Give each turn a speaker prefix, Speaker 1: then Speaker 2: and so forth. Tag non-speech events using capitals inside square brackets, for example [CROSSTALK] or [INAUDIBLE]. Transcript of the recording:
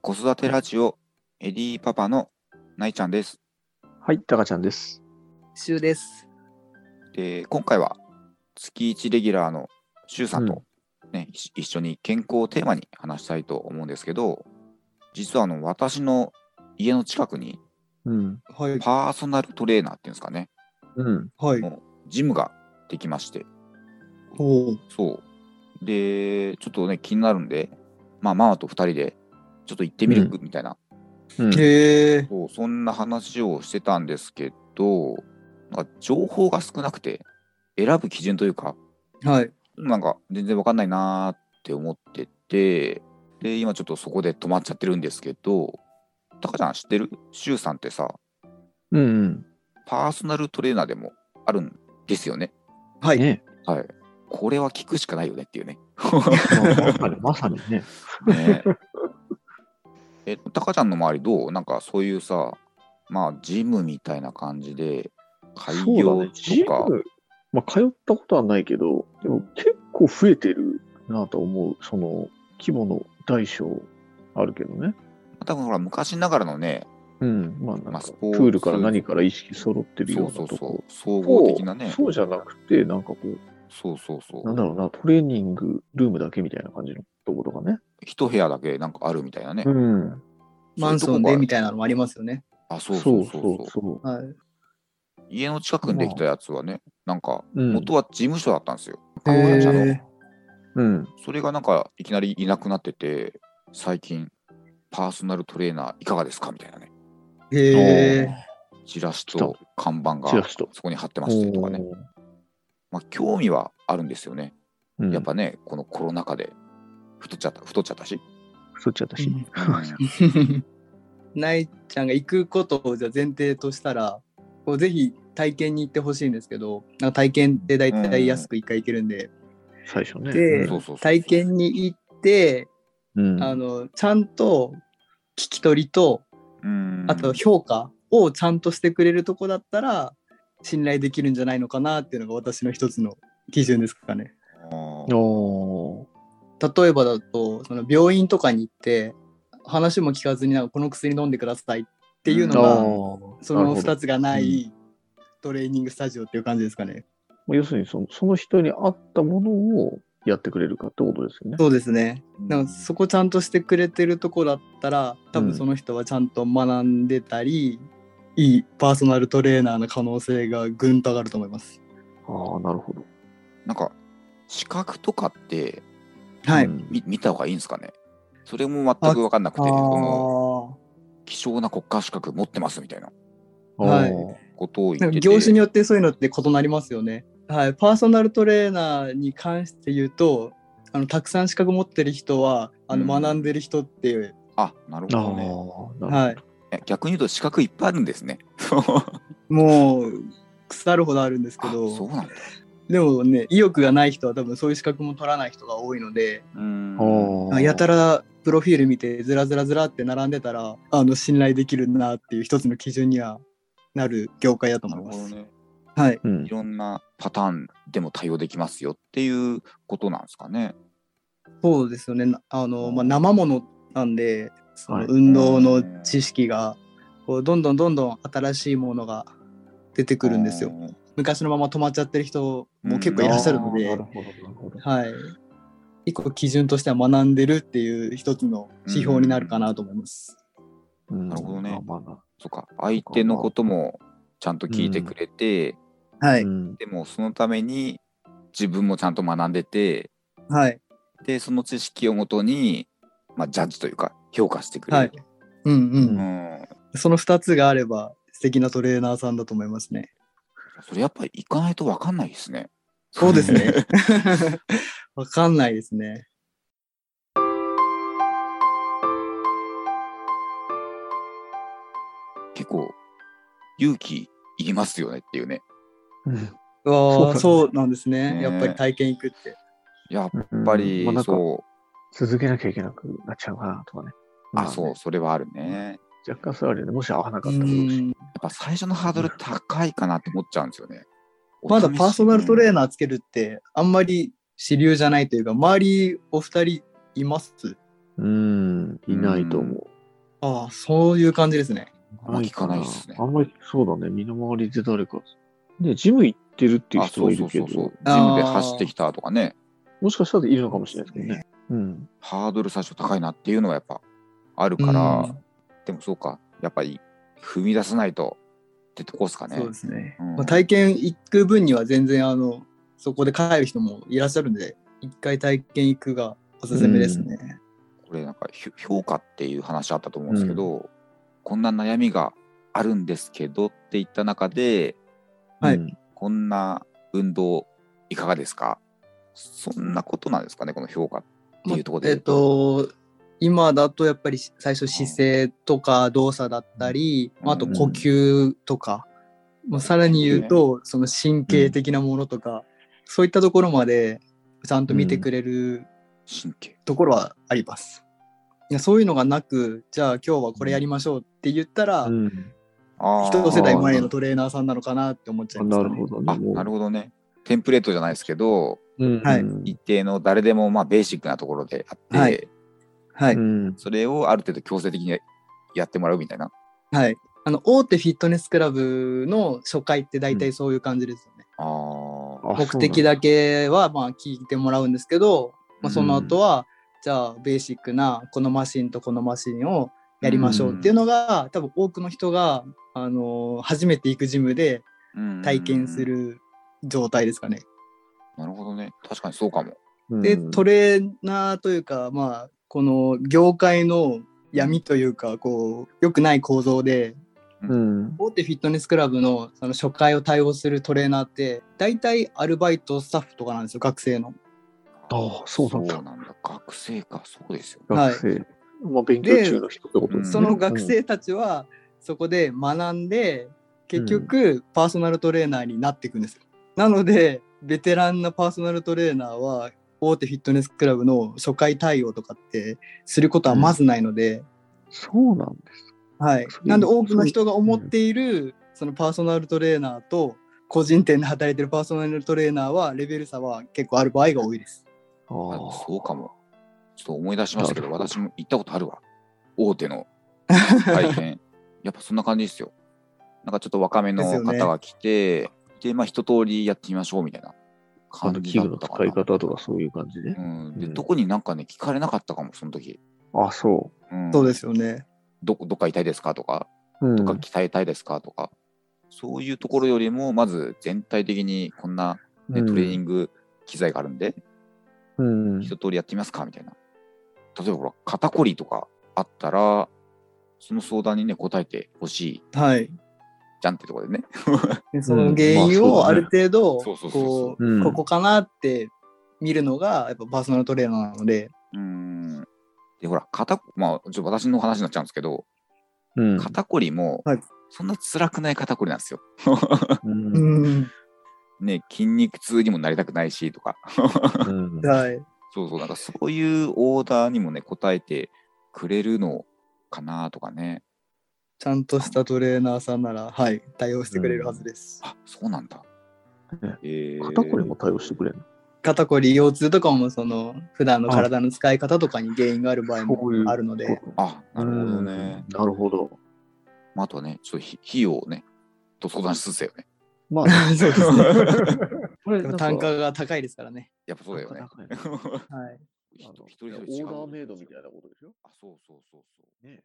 Speaker 1: 子育てラジオエディパパのないちゃんです。
Speaker 2: はい、タカちゃんです。
Speaker 3: シュウです。
Speaker 1: で、今回は月1レギュラーのしゅうさん
Speaker 2: う
Speaker 1: と、ね一一緒に健康をテーマに話したいと思うんですけど、実はあの私の家の近くに
Speaker 2: うん。
Speaker 3: はい。
Speaker 1: パーソナルトレーナーっていうんですかね、
Speaker 2: うん。
Speaker 3: はい。
Speaker 1: ジムができまして、
Speaker 3: ほう。
Speaker 1: そう。で、ちょっとね、気になるんで、まあ、ママと2人でちょっと行ってみるみたいな
Speaker 2: うん。
Speaker 3: へえ。
Speaker 1: そうそんな話をしてたんですけど、なんか情報が少なくて、選ぶ基準というか、
Speaker 3: はい。
Speaker 1: なんか全然わかんないなーって思ってて、で、今ちょっとそこで止まっちゃってるんですけど、タカちゃん知ってるシュウさんってさ、
Speaker 2: うんうん。
Speaker 1: パーソナルトレーナーでもあるんですよね。
Speaker 3: はい。
Speaker 2: ね。
Speaker 1: はい。これは聞くしかないよねっていう
Speaker 2: [LAUGHS]
Speaker 1: ね。
Speaker 2: まさに、まさに
Speaker 1: [LAUGHS]
Speaker 2: ね。
Speaker 1: ねええ、タカちゃんの周りどうなんかそういうさ、まあ、ジムみたいな感じで、開
Speaker 2: そうだ
Speaker 1: 業
Speaker 2: ね。ジ
Speaker 1: とか、
Speaker 2: ム、まあ、通ったことはないけど、でも結構増えてるなと思う。その、規模の大小あるけどね。
Speaker 1: 多分ほら昔ながらのね、
Speaker 2: うん。ま
Speaker 1: ま
Speaker 2: あ、な
Speaker 1: あ
Speaker 2: んか、
Speaker 1: ス
Speaker 2: プ
Speaker 1: ポーツ
Speaker 2: ールから何から意識揃ってる
Speaker 1: そ
Speaker 2: よ
Speaker 1: う
Speaker 2: う
Speaker 1: そ
Speaker 2: な
Speaker 1: う
Speaker 2: と
Speaker 1: そ
Speaker 2: こ。
Speaker 1: う、総合
Speaker 2: そ
Speaker 1: 的なね
Speaker 2: う、、そうじゃなくて、なんかこう、
Speaker 1: そうそうそ
Speaker 2: なん
Speaker 1: う、
Speaker 2: だろうな、トレーニングルームだけみたいな感じのとことかね。
Speaker 1: 一部屋だけなんかあるみたいなね
Speaker 2: う、ん。
Speaker 3: マンションでみ
Speaker 1: た
Speaker 3: たいなのもありますよね。
Speaker 1: あ、そ
Speaker 2: そうう
Speaker 1: そ
Speaker 2: そう
Speaker 1: そ
Speaker 2: うそうう
Speaker 1: そう、
Speaker 2: そ
Speaker 3: はい。
Speaker 1: 家の近くにできたやつはね、なんか
Speaker 2: う。うん。
Speaker 1: 元は事務所だったんですよ、
Speaker 3: へ
Speaker 1: 会社の
Speaker 3: え。
Speaker 2: うん。
Speaker 1: それがなんかいきなりいなくなってて、最近、パーソナルトレーナーいかがですかみたいなね、
Speaker 3: へえ。
Speaker 1: チラシと看板が
Speaker 2: チラシと
Speaker 1: そこに貼ってましてとかね、まあ、興味はあるんですよね、
Speaker 2: うん。
Speaker 1: やっぱね、このコロナ禍で太っちゃった太っちゃったし。
Speaker 2: 太っちゃったし。
Speaker 3: [LAUGHS] ないちゃんが行くことをじゃあ前提としたら、こうぜひ体験に行ってほしいんですけど、なんか体験って大体安く一回行けるんで、
Speaker 2: 最初ね。
Speaker 3: で
Speaker 2: うん
Speaker 1: そうそうそう
Speaker 3: 体験に行って、
Speaker 2: うん、
Speaker 3: あのちゃんと聞き取りと
Speaker 1: うん
Speaker 3: あと評価をちゃんとしてくれるとこだったら信頼できるんじゃないのかなっていうのが私の一つの基準ですかね。
Speaker 1: あー
Speaker 2: お
Speaker 3: 例えばだとその病院とかに行って話も聞かずになんかこの薬飲んでくださいっていう
Speaker 2: ー
Speaker 3: の
Speaker 1: まあ
Speaker 3: が、
Speaker 1: うん
Speaker 2: おー
Speaker 3: そ
Speaker 2: なる
Speaker 3: の
Speaker 2: ほど
Speaker 3: 2つがないトレーニングスタジオっていう感じですかね。
Speaker 2: まあ要するにその、その人に合ったものをやってくれるかってことですよね。
Speaker 3: そうですね。なんかそこちゃんとしてくれてるとこだったら多
Speaker 2: うん
Speaker 3: 分その人はちゃんと学んでたり、いいパーソナルトレーナーの可能性がぐんと上がると思います。
Speaker 2: ああ、なるほど。
Speaker 1: なんか資格とかって
Speaker 3: はい。
Speaker 2: うん
Speaker 1: 見見た方がいいんですかねそれも全く分かんなくて、
Speaker 3: あ
Speaker 1: こ
Speaker 3: ー
Speaker 1: の希少な国家資格持ってますみたいな
Speaker 3: はい
Speaker 2: おー
Speaker 1: ことを
Speaker 3: な
Speaker 1: 言っ
Speaker 3: ん
Speaker 1: て
Speaker 3: か
Speaker 1: て。
Speaker 3: 業種によってそういうのって異なりますよね。はい、パーソナルトレーナーに関して言うとあのたくさん資格持ってる人はあの、
Speaker 1: うん
Speaker 3: 学んでる人っていう、
Speaker 1: あ、なるほ
Speaker 2: あ
Speaker 1: どね。
Speaker 2: あ、なる
Speaker 3: はい、
Speaker 1: え逆に言うと資格いっぱいあるんですね。そう
Speaker 3: もう腐るほどあるんですけ
Speaker 1: あ [LAUGHS] そう
Speaker 3: ど
Speaker 1: なんだ。
Speaker 3: でもね意欲がない人は多分そういう資格も取らない人が多いので
Speaker 1: うーん
Speaker 2: ほど。あー
Speaker 3: やたらプロフィール見てずらずらずらって並んでたらあの信頼できるなっていう一つの基準にはなる業界だと
Speaker 1: な
Speaker 3: 思
Speaker 1: る
Speaker 3: い
Speaker 1: ほど
Speaker 3: ます。
Speaker 1: ね。
Speaker 3: はい、
Speaker 2: うん
Speaker 1: いろんなパターンでも対応できますよっていうことなんですかね。
Speaker 3: そうですよね。なあの、まあ、生ものなんで、そ
Speaker 2: はい
Speaker 3: の運動の知識が、こうどんどんどんどん新しいものが出てくるんですよ。
Speaker 1: うん
Speaker 3: 昔のまま止まっちゃってる人も結構
Speaker 1: う
Speaker 3: い
Speaker 1: ん
Speaker 3: らっしゃるの
Speaker 2: あーな
Speaker 3: で
Speaker 2: る、ほど、なるほど。
Speaker 3: はい。一個基準としては学んでるっていう一つの指標になるかなと思います。
Speaker 2: うん
Speaker 1: なるほどね
Speaker 2: まあまあな
Speaker 1: そうか。相手のこともちゃんと聞いてくれて、
Speaker 3: は
Speaker 2: う
Speaker 3: い。
Speaker 2: ん
Speaker 1: でもそのために自分もちゃんと学んでて
Speaker 3: はい。
Speaker 1: でその知識をもとに、まあ、ジャッジというか評価してくれ
Speaker 3: はい
Speaker 1: る、。
Speaker 3: うんうん。
Speaker 1: うん、
Speaker 3: その2つがあれば、素敵なトレーナーさんだと思います
Speaker 2: [LAUGHS]
Speaker 3: ね。
Speaker 1: それやっぱり行かないと分かんないですね。
Speaker 3: そうですね。わかんないですね。
Speaker 1: [LAUGHS]
Speaker 2: [LAUGHS]
Speaker 1: 結構勇気いりますよねっていうね。
Speaker 3: ああ、
Speaker 2: そ
Speaker 3: そううなんです
Speaker 1: ね
Speaker 3: ね。やっぱり体験行くって。
Speaker 1: やっ
Speaker 2: うん
Speaker 1: ぱり、
Speaker 2: まあなんか
Speaker 1: そう
Speaker 2: 続けなきゃいけなくなっちゃうかなとかね。
Speaker 1: あ
Speaker 2: まね
Speaker 1: そうそれはあるね。
Speaker 2: 若干それはあるよね。もし合わなか
Speaker 3: う
Speaker 2: ったらどうしよう。
Speaker 3: ん
Speaker 1: やっぱ最初のハードル高いかなって思っちゃうんですよね。
Speaker 3: まだパーソナルトレー
Speaker 1: ナー
Speaker 3: ナーつけるって、あんまり主流じゃないというか、周りお二人います
Speaker 2: うーん、いないと思う。
Speaker 3: ああ、そういう感じですね。
Speaker 1: あんま聞かないですね
Speaker 2: あ。んまりそうだね。身の回りで誰か。ね、ジム行ってるっていう
Speaker 1: あ、
Speaker 2: 人
Speaker 1: そ
Speaker 2: も
Speaker 1: う
Speaker 2: い
Speaker 1: そ
Speaker 2: る
Speaker 1: うそ
Speaker 2: け
Speaker 1: うそう
Speaker 2: ど、。
Speaker 1: ジムで走ってきたとかね、
Speaker 2: もしかしたらいるのかもしれないですけどね。うん。
Speaker 1: ハードル最初高いなっていうのがやっぱあるから、
Speaker 3: うん
Speaker 1: でもそうか、やっぱり踏み出さないとってとこですかね。
Speaker 3: そうですね。
Speaker 1: うん
Speaker 3: まあ、体験行く分には全然あのそこで帰る人もいらっしゃるんで、一回体験行くがおすすめですね。
Speaker 1: これなんかひょ評価っていう話あったと思うんですけど、こんな悩みがあるんですけどっていった中で、
Speaker 3: はい
Speaker 2: うん
Speaker 1: こんな運動いかがですかそんなことなんですかね、この評価っていうところで
Speaker 3: え
Speaker 1: 言
Speaker 3: っ
Speaker 1: うと。
Speaker 3: と今だとやっぱり最初姿勢とか動作だったり、
Speaker 1: うん
Speaker 3: あと呼吸とか、もうさらに言うと、その神経的なものとか、そういったところまでちゃんと見てくれる
Speaker 1: 神経。
Speaker 3: ところはあります。いやそういうのがなくじゃあ今日はこれやりましょうって言ったら、
Speaker 2: うん
Speaker 1: あー
Speaker 3: 一世代前のトレーナーさんなのかなって思っちゃ
Speaker 2: あ
Speaker 3: います、
Speaker 2: な
Speaker 3: ね。
Speaker 2: るほどね。
Speaker 1: あ、
Speaker 2: もう
Speaker 1: なるほどね。テンプレートじゃないですけど、
Speaker 2: うん
Speaker 3: はい
Speaker 1: 一定の誰でもまあベーシックなところであって、
Speaker 3: はいはい、
Speaker 2: うん
Speaker 1: それをある程度強制的にやってもらうみたいな。
Speaker 3: はい。あの大手フィットネスクラブの初回って大体そういう感じですよね。
Speaker 1: あー
Speaker 2: あ
Speaker 3: 目的だけはまあ聞いてもらうんですけど、まあ、その後は、じゃあベーシックなこのマシンとこのマシンをやりましょうっていうのが、多分多くの人が、あのー初めて行くジムで
Speaker 1: うん
Speaker 3: 体験する状態ですかね。
Speaker 1: なるほどね。確かにそうかも。
Speaker 2: そうなんだ
Speaker 3: で
Speaker 2: うん
Speaker 3: トレーナーというかまあこの業界の闇というかこう良くない構造で
Speaker 2: うん
Speaker 3: 大手フィットネスクラブのその初回を対応するトレーナーって大体アルバイトスタッフとかなんですよ学生の。
Speaker 2: あそうなんだ
Speaker 1: 学生か、そうですよ。
Speaker 3: はい
Speaker 2: 学生。まあ勉強中の人ってことですね。
Speaker 3: その学
Speaker 2: うん
Speaker 3: 生たちはそこで学んで結局パーソナルトレーナーになっていくんですよ。なのでベテランのパーソナルトレーナーは大手フィットネスクラブの初回対応とかってすることはまずないので、
Speaker 2: そうなんです。
Speaker 3: はい
Speaker 2: そ、う
Speaker 3: なんで多くの人が思っているそのパーソナルトレーナーと個人店で働いてるパーソナルトレーナーはレベル差は結構ある場合が多いです。
Speaker 2: あ
Speaker 1: あ
Speaker 2: ー
Speaker 1: そうかも。ちょっと思い出しましたけど、
Speaker 2: なるほど
Speaker 1: 私も行ったことあるわ。大手の体験。やっぱそんな感じですよ。なんかちょっと若めの
Speaker 3: ですよね
Speaker 1: 方が来て、でまあ一通りやってみましょうみたいな
Speaker 2: あの
Speaker 1: 感じ
Speaker 2: 器
Speaker 1: だ
Speaker 2: 具
Speaker 1: っ
Speaker 2: の
Speaker 1: たか
Speaker 2: 使い
Speaker 1: な。
Speaker 2: 方とかそういう感じで
Speaker 1: う。ん、で
Speaker 2: うん
Speaker 1: 特になんかね、聞かれなかったかも、その時。
Speaker 2: あ、そ
Speaker 1: うん、
Speaker 3: そうですよね。
Speaker 1: どこどっか痛いですかとか、
Speaker 2: う。うん
Speaker 1: どっか鍛えたいですかとか、そういうところよりも、まず全体的にこんな、ねトレーニング機材があるんで、
Speaker 2: うん
Speaker 1: 一通りやってみますかみたいな。例えばほら、肩こりとかあったら、その相談にね、答えてほしい
Speaker 3: はい。
Speaker 1: じゃんってところでね。
Speaker 3: でその原因
Speaker 2: まあ
Speaker 3: を
Speaker 2: そうだね
Speaker 3: ある程度
Speaker 1: そうそうそうそう
Speaker 3: こ
Speaker 2: うん
Speaker 3: うここかなって見るのがやっぱパーソナルトレーナーなので、
Speaker 1: うーん。で、ほら、肩こ、まあ、ちょっと私の話になっちゃうんですけど、
Speaker 2: うん
Speaker 1: 肩こりも
Speaker 3: はい、
Speaker 1: そんな辛くない肩こりなんですよ。
Speaker 2: うん
Speaker 3: うん、
Speaker 1: ね、筋肉痛にもなりたくないしとか。 [LAUGHS]
Speaker 2: うん
Speaker 3: はい。
Speaker 1: そうそう、なんかそういうオーダーにもね、応えてくれるのかなとかね。
Speaker 3: ちゃんとしたトレーナーさんなら、はい、対応してくれるはずです。
Speaker 1: あそうなんだ
Speaker 2: ね。
Speaker 1: えー
Speaker 2: 肩こりも対応してくれる
Speaker 3: 肩こり、腰痛とかもその普段の体の使い方とかに原因がある場
Speaker 2: そ
Speaker 3: 合
Speaker 2: ういう
Speaker 3: もあるので、
Speaker 2: の
Speaker 1: あ、なるほどね。
Speaker 2: うんなるほど。
Speaker 1: まあ、あとはね、ちょっとひ費用をね、と相談しつつだよね。
Speaker 2: まあね、 [LAUGHS]
Speaker 3: そうですね。
Speaker 2: これ
Speaker 3: でも [LAUGHS] 単価が高いですからね。
Speaker 1: やっぱそうだよね。
Speaker 2: ね。
Speaker 3: はい。
Speaker 1: 一 [LAUGHS]
Speaker 2: あ
Speaker 1: 人
Speaker 2: の
Speaker 1: 一人違う
Speaker 2: オーダーメイドみたいなことでしょ
Speaker 1: あ、そうそうそうそう。
Speaker 2: ね